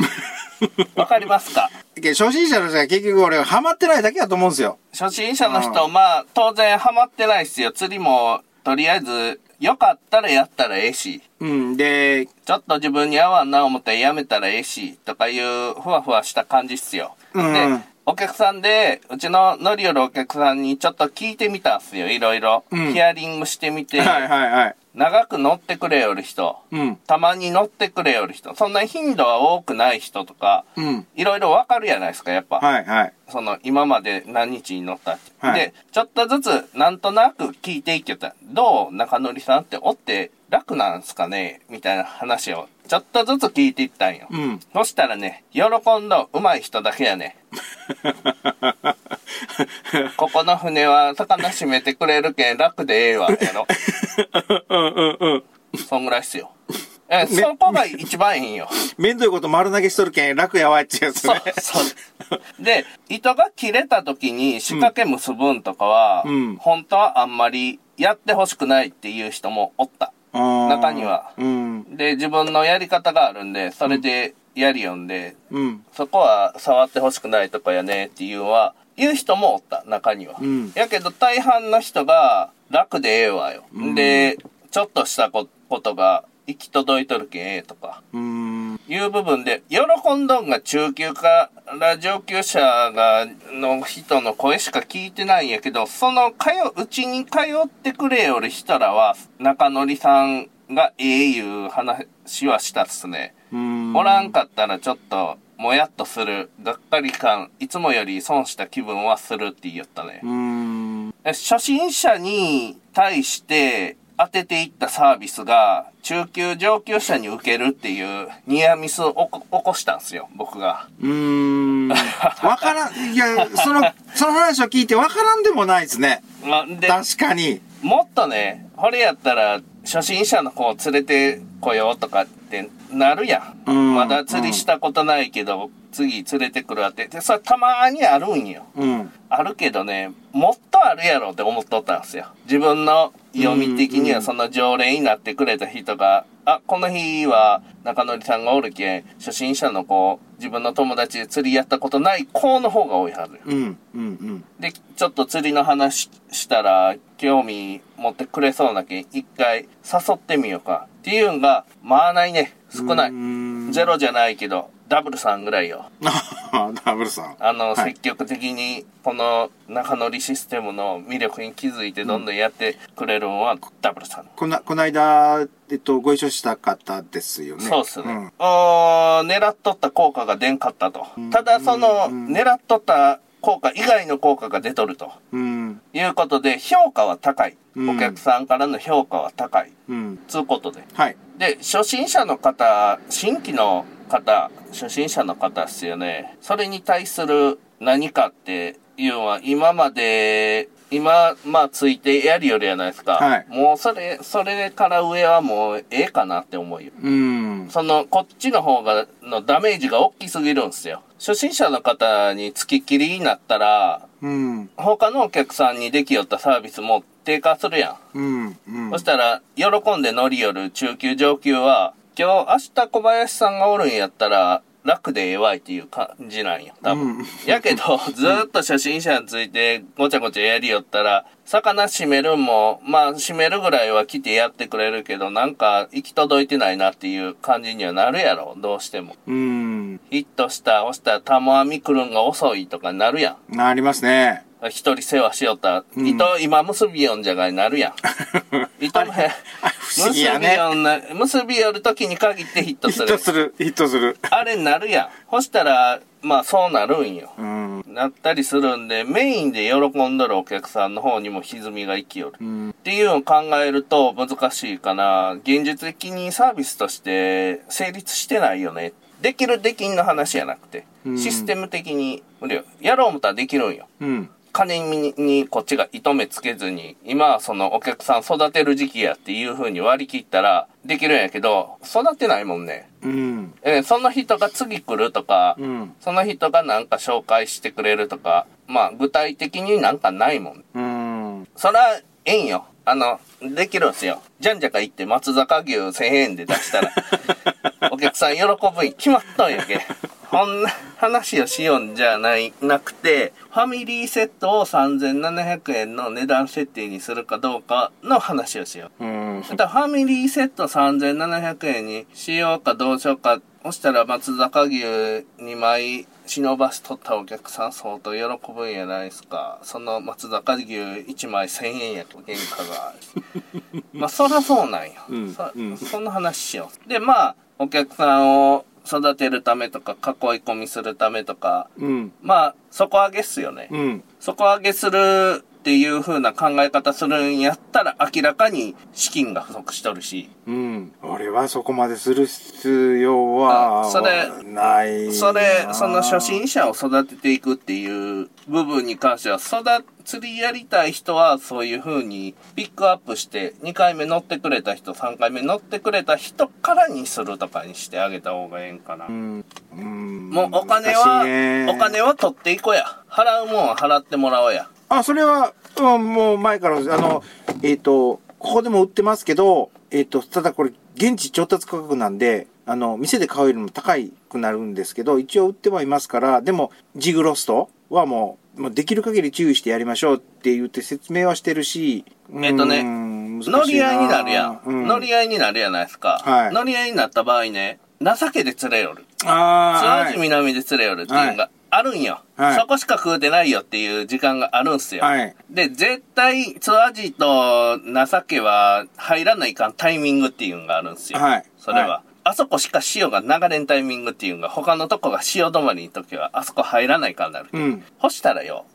Speaker 1: わかりますか
Speaker 2: け初心者の人が結局俺、ハマってないだけだと思うんですよ。
Speaker 1: 初心者の人、
Speaker 2: う
Speaker 1: まあ当然ハマってないっすよ釣りもとりあえずよかったらやったらええし
Speaker 2: うん。で、
Speaker 1: ちょっと自分に合わんな思ったらやめたらええし、とかいうふわふわした感じっすよ。
Speaker 2: うん
Speaker 1: で、お客さんで、うちの乗りよるお客さんにちょっと聞いてみたんすよ、いろいろ。
Speaker 2: うん
Speaker 1: ヒアリングしてみて、
Speaker 2: はいはいはい。
Speaker 1: 長く乗ってくれよる人、
Speaker 2: うん。
Speaker 1: たまに乗ってくれよる人、そんな頻度は多くない人とか、
Speaker 2: うん。
Speaker 1: いろいろわかるやないですか、やっぱ。
Speaker 2: はいはい。
Speaker 1: その今まで何日に乗ったって、
Speaker 2: はい
Speaker 1: でちょっとずつなんとなく聞いていけたどう中則さんっておって楽なんすかねみたいな話をちょっとずつ聞いていったんよ、
Speaker 2: うん。
Speaker 1: そしたらね喜んだ上手い人だけや ねここの船は魚閉めてくれるけん楽でええわやろ
Speaker 2: うんうんうん。
Speaker 1: そんぐらいっす よえ、そこが一番いいんよ
Speaker 2: めんどいこと丸投げしとるけん楽やわいってやつ
Speaker 1: そう
Speaker 2: ね。
Speaker 1: そう。で、糸が切れた時に仕掛け結ぶんとかは、
Speaker 2: うん
Speaker 1: 本当はあんまりやってほしくないっていう人もおった。
Speaker 2: うん
Speaker 1: 中には
Speaker 2: うん。
Speaker 1: で、自分のやり方があるんで、それでやりよんで、
Speaker 2: うん。
Speaker 1: そこは触ってほしくないとかやねっていうのは、言う人もおった、中には。
Speaker 2: うん
Speaker 1: やけど大半の人が楽でええわよ。
Speaker 2: うん
Speaker 1: で、ちょっとしたこことが行き届いとるけんええとか。
Speaker 2: うん。
Speaker 1: いう部分で喜んどんが中級から上級者がの人の声しか聞いてないんやけどその通ううちに通ってくれよる人らは中則さんがええいう話はしたっすね、
Speaker 2: うん。
Speaker 1: おらんかったらちょっともやっとするがっかり感いつもより損した気分はするって言ったね、
Speaker 2: うん。
Speaker 1: 初心者に対して当てていったサービスが中級上級者に受けるっていうニアミスを起こ起こしたんですよ僕が
Speaker 2: うーん。わからん、いや、その、その話を聞いてわからんでもないですね。
Speaker 1: まあで
Speaker 2: 確かに。
Speaker 1: もっとねこれやったら初心者の子を連れてこようとかってなるやん。
Speaker 2: うん
Speaker 1: まだ釣りしたことないけど、次連れてくるわって。で、それたまーにあるんよ。
Speaker 2: うん。
Speaker 1: あるけどね、もっとあるやろって思っとったんですよ。自分の読み的に
Speaker 2: うんう
Speaker 1: は
Speaker 2: ん
Speaker 1: その常連になってくれた人が、あ、この日は中則さんがおるけん、初心者の子、自分の友達で釣りやったことない子の方が多いはずよ。
Speaker 2: うん。うん。
Speaker 1: で、ちょっと釣りの話したら、興味持ってくれそうなけん、一回誘ってみようか。っていうんが、まあないね。少な
Speaker 2: う
Speaker 1: い。
Speaker 2: ーん
Speaker 1: ゼロじゃないけど、ダブルさんぐらいよ。
Speaker 2: あダブルさん。
Speaker 1: あの、
Speaker 2: はい
Speaker 1: 積極的に、この中乗りシステムの魅力に気づいてどんどんやってくれるのはダブルさん。
Speaker 2: こな、この間、えっと、ご一緒した方ですよね。
Speaker 1: そうっすね。
Speaker 2: ん
Speaker 1: おー狙っとった効果が出んかったと。ただ、その、
Speaker 2: うん
Speaker 1: 狙っとった効果以外の効果が出とると。
Speaker 2: うん。
Speaker 1: いうことで、評価は高い。
Speaker 2: うん
Speaker 1: お客さんからの評価は高い。
Speaker 2: うん。
Speaker 1: つうことで。
Speaker 2: はい。
Speaker 1: で、初心者の方、新規の方、初心者の方ですよね。それに対する何かっていうのは、今まで、今、まあ、ついてやるよりやないですか。
Speaker 2: はい
Speaker 1: もう、それ、それから上はもう、ええかなって思うよ。
Speaker 2: うん。
Speaker 1: その、こっちの方が、のダメージが大きすぎるんですよ。初心者の方に付きっきりになったら、
Speaker 2: うん。
Speaker 1: 他のお客さんにできよったサービスも低下するやん。
Speaker 2: うん。うん
Speaker 1: そし。たら、喜んで乗り寄る中級上級は、今日明日小林さんがおるんやったら、楽でええわいっていう感じなんよ、多分。
Speaker 2: うん
Speaker 1: や けど、ずーっと初心者についてごちゃごちゃやりよったら、魚閉めるんも、まあ閉めるぐらいは来てやってくれるけど、なんか行き届いてないなっていう感じにはなるやろ、どうしても。
Speaker 2: うん。
Speaker 1: ヒットした、押したら玉網来るんが遅いとかなるやん。
Speaker 2: なりますね。
Speaker 1: 一人世話しよったら、
Speaker 2: ん
Speaker 1: 糸今結びよんじゃがいなるやん。糸もへ
Speaker 2: あ不思議や
Speaker 1: 結び
Speaker 2: ね。
Speaker 1: よんな結び寄るときに限ってヒット
Speaker 2: ヒ
Speaker 1: す
Speaker 2: ッ
Speaker 1: る
Speaker 2: ト。する。ヒットする。
Speaker 1: あれになるやん。ほしたら、まあそうなるんよ。
Speaker 2: うん。
Speaker 1: なったりするんで、メインで喜んどるお客さんの方にも歪みが生きよる。
Speaker 2: うん。
Speaker 1: っていうのを考えると難しいかな。現実的にサービスとして成立してないよね。できるできんの話じゃなくて、
Speaker 2: うん
Speaker 1: システム的に無理よ。やろう思ったらできるんよ。
Speaker 2: うん。
Speaker 1: 金にこっちが糸目つけずに、今はそのお客さん育てる時期やっていう風に割り切ったらできるんやけど、育てないもんね。
Speaker 2: うん。
Speaker 1: えーその人が次来るとか、
Speaker 2: うん。
Speaker 1: その人がなんか紹介してくれるとか、まあ具体的になんかないもん。
Speaker 2: うん。
Speaker 1: そら、ええんよ。あの、できるんすよ。じゃんじゃか行って松坂牛1000円で出したら、お客さん喜ぶに決まっとんやけ。こんな話をしようんじゃない、なくて、ファミリーセットを3700円の値段設定にするかどうかの話をしよう。
Speaker 2: うん。
Speaker 1: またファミリーセット3700円にしようかどうしようか、そしたら松坂牛2枚忍ばしとったお客さん相当喜ぶんやないですか。その松坂牛1枚1000円やと原価が。 まあそらそうなんよ。
Speaker 2: うん
Speaker 1: そ
Speaker 2: うん
Speaker 1: そんな話しよう。で、まあお客さんを育てるためとか囲い込みするためとか、
Speaker 2: うん。
Speaker 1: まあ底上げっすよね。
Speaker 2: うん。
Speaker 1: 底上げするっていう風な考え方するんやったら明らかに資金が不足しとるし、
Speaker 2: うん。俺はそこまでする必要は
Speaker 1: あそれ
Speaker 2: ないな。
Speaker 1: それ、その初心者を育てていくっていう部分に関しては、育、釣りやりたい人はそういう風にピックアップして、2回目乗ってくれた人、3回目乗ってくれた人からにするとかにしてあげた方がええんかな
Speaker 2: う。ん。うん。
Speaker 1: もうお金
Speaker 2: 難
Speaker 1: は、
Speaker 2: しいね
Speaker 1: お金は取っていこうや。払うもんは払ってもらおうや。
Speaker 2: あ、それは、うん、もう前から、あの、えっ、と、ここでも売ってますけど、えっ、と、ただこれ、現地調達価格なんで、あの、店で買うよりも高くなるんですけど、一応売ってはいますから、でも、ジグロストはもう、もうできる限り注意してやりましょうって言って説明はしてるし、
Speaker 1: えっとね
Speaker 2: ね
Speaker 1: 乗り合いになるやん。乗
Speaker 2: 合い。
Speaker 1: り合いになるやないですか。
Speaker 2: はい
Speaker 1: 乗り合いになった場合ね、情けで釣れよる。
Speaker 2: あ
Speaker 1: 津
Speaker 2: ー
Speaker 1: 地南で釣れよるっていうのがあるんよ。
Speaker 2: はい
Speaker 1: そこしか食うてないよっていう時間があるんすよ。
Speaker 2: はい。はい。
Speaker 1: で、絶対、津和地と情けは入らないかんタイミングっていうのがあるんすよ。
Speaker 2: はい
Speaker 1: それは。
Speaker 2: は
Speaker 1: あそこしか潮が流れんタイミングっていうのが、他のとこが潮止まりの時は、あそこ入らないかんなる。
Speaker 2: うん。
Speaker 1: 干したらよ、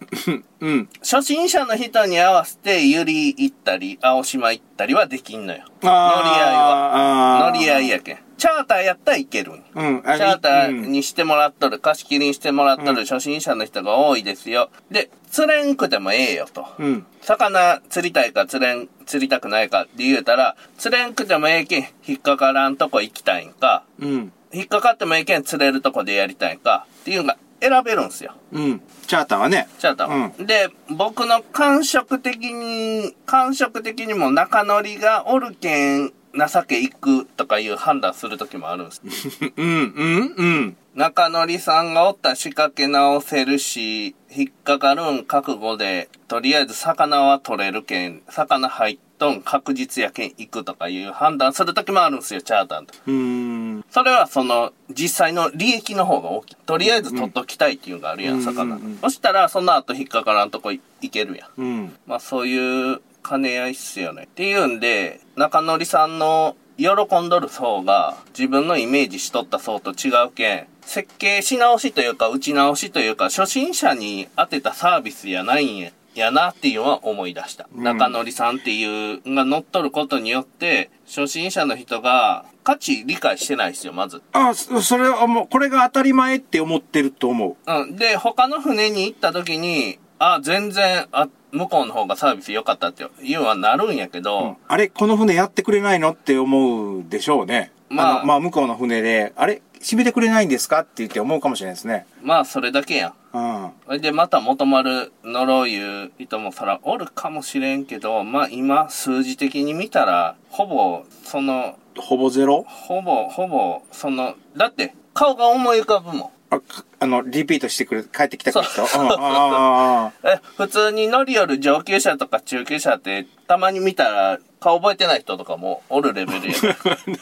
Speaker 2: うん。
Speaker 1: 初心者の人に合わせて、ゆり行ったり、青島行ったりはできんのよ。乗り合いは。
Speaker 2: は
Speaker 1: 乗り合いやけん。チャーターやったらいけるん。
Speaker 2: うん。
Speaker 1: チャーター
Speaker 2: うん
Speaker 1: にしてもらっとる、貸し切りにしてもらっと
Speaker 2: う
Speaker 1: る初心者の人が多いですよ。で、釣れんくてもええよと。
Speaker 2: うん。
Speaker 1: 魚釣りたいか釣れん、釣りたくないかって言うたら、釣れんくてもええけん、引っかからんとこ行きたいんか、
Speaker 2: うん。
Speaker 1: 引っかかってもええけん釣れるとこでやりたいんか、っていうのが選べるんですよ。
Speaker 2: うん。チャーターはね。
Speaker 1: ちゃんと。で、僕の感触的に、感触的にも中乗りがおるけん、情け行くとかいう判断するときもあるんです。
Speaker 2: うん、うん、うん。
Speaker 1: 中乗りさんがおったら仕掛け直せるし、引っかかるん覚悟で、とりあえず魚は取れるけん、魚入っとん確実やけん行くとかいう判断するときもあるんですよ、チャーターと。
Speaker 2: うーん。
Speaker 1: それはその、実際の利益の方が大きい。とりあえず取っときたいっていうのがあるやん、魚
Speaker 2: うんうんうん。
Speaker 1: そしたら、その後引っかからんとこ行けるやん。
Speaker 2: うん。
Speaker 1: まあそういう兼ね合いっすよね。っていうんで、中則さんの喜んどる層が自分のイメージしとった層と違うけん、設計し直しというか打ち直しというか初心者に当てたサービスやないんや。やなっていうのは思い出した。
Speaker 2: うん
Speaker 1: 中則さんっていうのが乗っとることによって、初心者の人が価値理解してないですよ、まず。
Speaker 2: あ、そそれはもう、これが当たり前って思ってると思
Speaker 1: うん。で、他の船に行った時に、あ、全然、あ、向こうの方がサービス良かったっていうのはなるんやけど、
Speaker 2: う。うんあれ、この船やってくれないのって思うでしょうね。
Speaker 1: まあ
Speaker 2: あのまあ、向こうの船で、あれ、閉めてくれないんですかって言って思うかもしれないですね。
Speaker 1: まあ、それだけやん。
Speaker 2: うん。
Speaker 1: それで、また元丸乗ろういう人もそらおるかもしれんけど、まあ今、数字的に見たら、ほぼ、その、
Speaker 2: ほぼゼロ
Speaker 1: ほぼ、ほぼ、その、だって、顔が思い浮かぶもん。
Speaker 2: あ、かあの、リピートしてくる、帰ってきた人。
Speaker 1: そう
Speaker 2: うん、あああ あ、
Speaker 1: え、普通に乗りよる上級者とか中級者って、たまに見たら、顔覚えてない人とかもおるレベル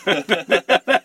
Speaker 1: やから。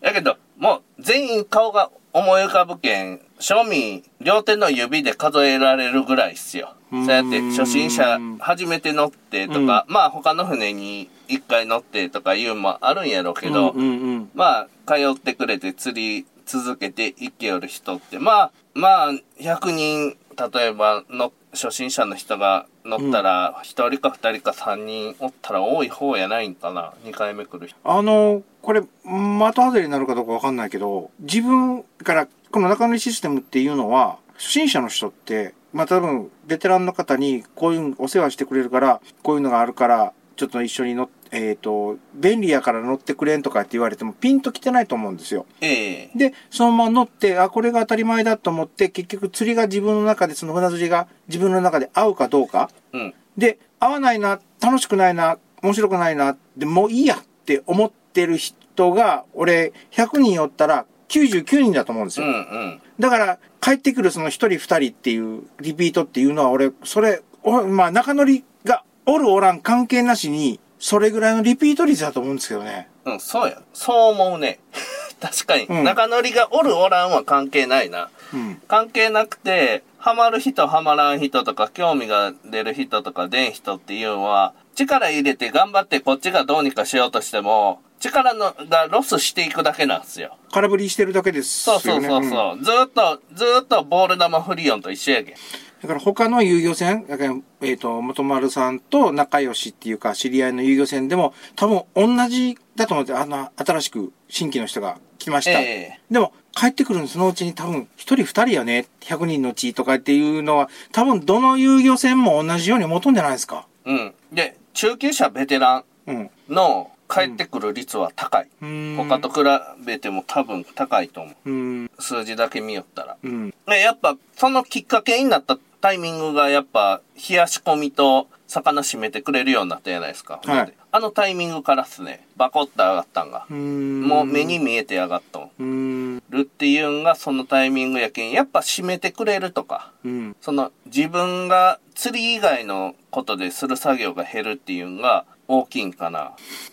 Speaker 1: やけど、もう、全員顔が思い浮かぶけん、庶民、両手の指で数えられるぐらいっすよ。そ
Speaker 2: うーん
Speaker 1: うやって、初心者、初めて乗ってとか、まあ他の船に一回乗ってとかいうのもあるんやろうけど、
Speaker 2: うんうんうん。
Speaker 1: まあ、通ってくれて釣り続けて生きよる人って、まあ、まあ、100人、例えばの、初心者の人が乗ったら、1人か2人か3人おったら多い方やないんかな、2回目来る人。
Speaker 2: あの、これ、的外れになるかどうかわかんないけど、自分から、この中乗りシステムっていうのは、初心者の人って、まあ多分、ベテランの方に、こういうお世話してくれるから、こういうのがあるから、ちょっと一緒に乗っえっ、と、便利やから乗ってくれんとかって言われても、ピンと来てないと思うんですよ。
Speaker 1: ええ
Speaker 2: で、そのまま乗って、あ、これが当たり前だと思って、結局釣りが自分の中で、その船釣りが自分の中で合うかどうか、
Speaker 1: うん。
Speaker 2: で、合わないな、楽しくないな、面白くないな、でもういいやって思ってる人が、俺、100人寄ったら99人だと思うんです
Speaker 1: う
Speaker 2: よ。
Speaker 1: んうん。
Speaker 2: だから、帰ってくるその1人2人っていうリピートっていうのは、俺、それ、おまあ、中乗りがおるおらん関係なしに、それぐらいのリピート率だと思うんですけどね。
Speaker 1: うん、そうや。そう思うね。 確かに、
Speaker 2: うん
Speaker 1: 中乗りがおるおらんは関係ないな。
Speaker 2: うん。
Speaker 1: 関係なくて、ハマる人、ハマらん人とか、興味が出る人とか、出ん人っていうのは、力入れて頑張ってこっちがどうにかしようとしても、力のがロスしていくだけなんですよ。
Speaker 2: 空振りしてるだけです
Speaker 1: そ
Speaker 2: よ
Speaker 1: う
Speaker 2: ね。
Speaker 1: そうそう
Speaker 2: うん
Speaker 1: そう。ずーっと、ずーっとボール球フリオンと一緒やけん。
Speaker 2: だから他の遊漁船、だからえっ、と、元丸さんと仲良しっていうか、知り合いの遊漁船でも、多分同じだと思って、あの、新しく新規の人が来ました。
Speaker 1: ええ
Speaker 2: でも、帰ってくるのそのうちに多分、一人二人よね、100人のうちとかっていうのは、多分どの遊漁船も同じように求んじゃないですか。
Speaker 1: うん。で、中級者、ベテラ
Speaker 2: うん。
Speaker 1: ンの帰ってくる率は高い。
Speaker 2: うん
Speaker 1: 他と比べても多分高いと思
Speaker 2: うん。
Speaker 1: う。数字だけ見よったら。
Speaker 2: うん。
Speaker 1: ね、やっぱ、そのきっかけになったタイミングが、やっぱ、冷やし込みと、魚締めてくれるようになったじゃないですか。
Speaker 2: はい
Speaker 1: あのタイミングからっすね、バコッと上がったんが。
Speaker 2: うん。
Speaker 1: もう目に。見えて上がっと
Speaker 2: うん。
Speaker 1: るっていうんが、そのタイミングやけん、やっぱ締めてくれるとか、
Speaker 2: うん。
Speaker 1: その自分が釣り以外のことでする作業が減るっていうんが、大きいんかな。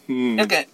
Speaker 2: うん。
Speaker 1: やけん、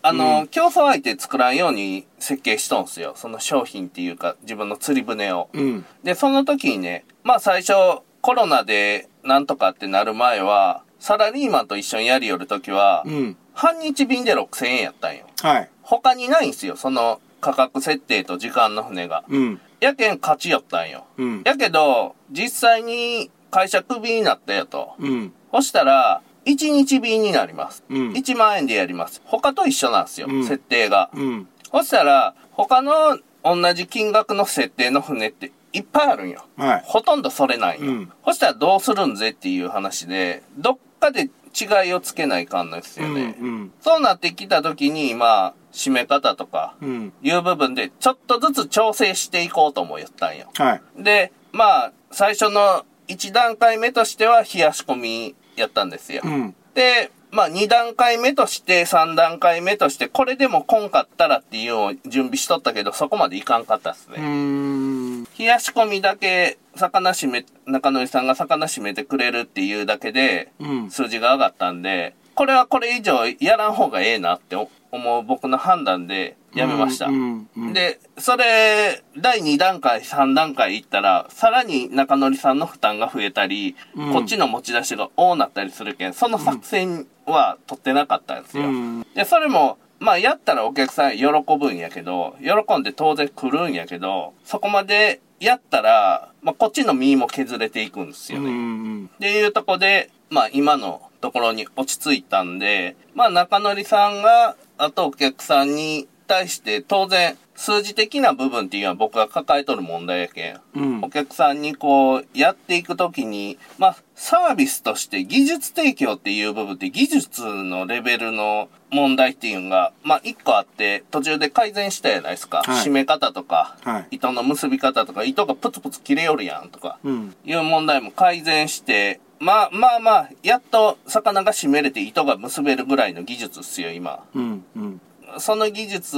Speaker 1: あの、競争相手作らんように設計しとんすよ。その商品っていうか、自分の釣り船を。
Speaker 2: うん。
Speaker 1: で、その時にね、まあ最初、コロナでなんとかってなる前は、サラリーマンと一緒にやりよる時は
Speaker 2: う、ん。
Speaker 1: 半日便で6000円やったんよ。
Speaker 2: はい。
Speaker 1: 他にないんすよ、その価格設定と時間の船が。
Speaker 2: うん。
Speaker 1: やけん勝ちよったんよ。
Speaker 2: うん。
Speaker 1: やけど、実際に会社クビになったよと。
Speaker 2: うん。
Speaker 1: そしたら、 1日便になります。
Speaker 2: うん
Speaker 1: 1万円でやります。他と一緒なんですよ、
Speaker 2: うん
Speaker 1: 設定が。
Speaker 2: うん。
Speaker 1: そしたら、他の同じ金額の設定の船っていっぱいあるんよ。
Speaker 2: はい。
Speaker 1: ほとんどそれないんよ。
Speaker 2: うん
Speaker 1: そしたらどうするんぜっていう話で、どっかで違いをつけないかんのですよね。
Speaker 2: うんうん。
Speaker 1: そうなってきた時に、まあ、締め方とか、
Speaker 2: うん。
Speaker 1: いう部分で、ちょっとずつ調整していこうとも言ったんよ。
Speaker 2: はい。
Speaker 1: で、まあ、最初の1段階目としては冷やし込みやったんですよ。
Speaker 2: うん。
Speaker 1: で、まあ2段階目として3段階目として、これでもこんかったらっていうのを準備しとったけど、そこまでいかんかったっす
Speaker 2: う
Speaker 1: ね。
Speaker 2: ーん。
Speaker 1: 冷やし込みだけ、魚締め、中野さんが魚締めてくれるっていうだけで、
Speaker 2: うん。
Speaker 1: 数字が上がったんで、これはこれ以上やらん方がええなって思う僕の判断でやめました。
Speaker 2: うん。うん、
Speaker 1: で、それ、第2段階、3段階いったら、さらに中則さんの負担が増えたり、
Speaker 2: うん
Speaker 1: こっちの持ち出しが多なったりするけん、その作戦は取ってなかったんです
Speaker 2: う
Speaker 1: よ。
Speaker 2: ん。
Speaker 1: で、それも、まあ、やったらお客さん喜ぶんやけど、喜んで当然来るんやけど、そこまでやったら、まあ、こっちの身も削れていくんです
Speaker 2: う
Speaker 1: よね。
Speaker 2: ん。
Speaker 1: っていうとこで、まあ今のところに落ち着いたんで、まあ中則さんが、あとお客さんに対して当然数字的な部分っていうのは僕が抱えとる問題やけん。
Speaker 2: うん
Speaker 1: お。客さんにこうやっていくときに、まあサービスとして技術提供っていう部分って技術のレベルの問題っていうのが、まあ一個あって途中で改善したやないですか。
Speaker 2: はい
Speaker 1: 締め方とか、
Speaker 2: はい
Speaker 1: 糸の結び方とか、糸がプツプツ切れよるやんとか。
Speaker 2: うん。
Speaker 1: いう問題も改善して、まあまあまあ、やっと魚が締めれて糸が結べるぐらいの技術っすよ、今。
Speaker 2: うん。うん。
Speaker 1: その技術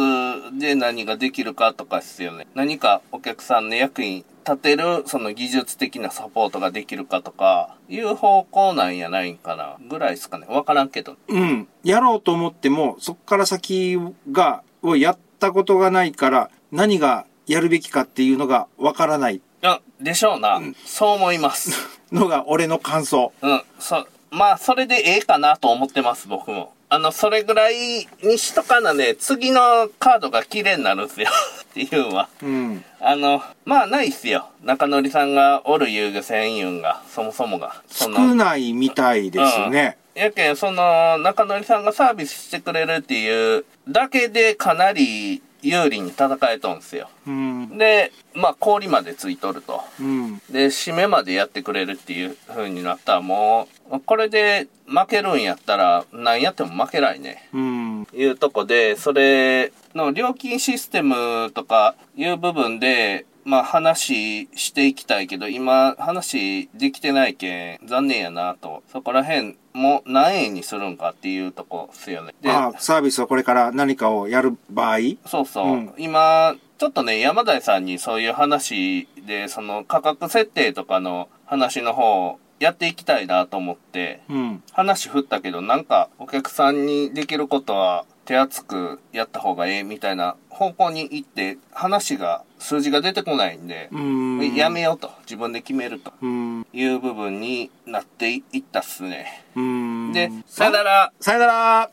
Speaker 1: で何ができるかとかっすよね。何かお客さんの役に立てる、その技術的なサポートができるかとか、いう方向なんやないんかな、ぐらいですかね。わからんけど。
Speaker 2: うん。やろうと思っても、そこから先が、をやったことがないから、何がやるべきかっていうのがわからない
Speaker 1: あ、でしょうな。そう思います。
Speaker 2: のが俺の感想。
Speaker 1: うん、そ、まあ、それでええかなと思ってます、僕も。あの、それぐらいにしとかなね、次のカードが綺麗になるんすよ。 っていうのは。
Speaker 2: うん。
Speaker 1: あの、まあ、ないっすよ。中則さんがおる遊漁船員が、そもそもが。そ
Speaker 2: 少
Speaker 1: の
Speaker 2: ないみたいですね。
Speaker 1: やけん、その、中則さんがサービスしてくれるっていうだけでかなり有利に戦えとんすよ。
Speaker 2: うん。
Speaker 1: で、まあ、氷までついとると。
Speaker 2: うん。
Speaker 1: で、締めまでやってくれるっていう風になったらもう、これで負けるんやったら何やっても負けないね。
Speaker 2: うん。
Speaker 1: いうとこで、それの料金システムとかいう部分で、まあ話していきたいけど、今話できてないけん残念やなと。そこら辺も何円にするんかっていうとこっすよね。で、
Speaker 2: ああ、サービスをこれから何かをやる場合
Speaker 1: そうそう。
Speaker 2: うん
Speaker 1: 今、ちょっとね、山田さんにそういう話で、その価格設定とかの話の方、やっていきたいなと思って、
Speaker 2: うん。
Speaker 1: 話振ったけど、なんか、お客さんにできることは、手厚くやった方がええみたいな方向に行って、話が、数字が出てこないんで
Speaker 2: う、ん。
Speaker 1: やめようと、自分で決めると
Speaker 2: うん。
Speaker 1: いう部分になっていったっすね。
Speaker 2: うん。
Speaker 1: で、さよなら
Speaker 2: さよなら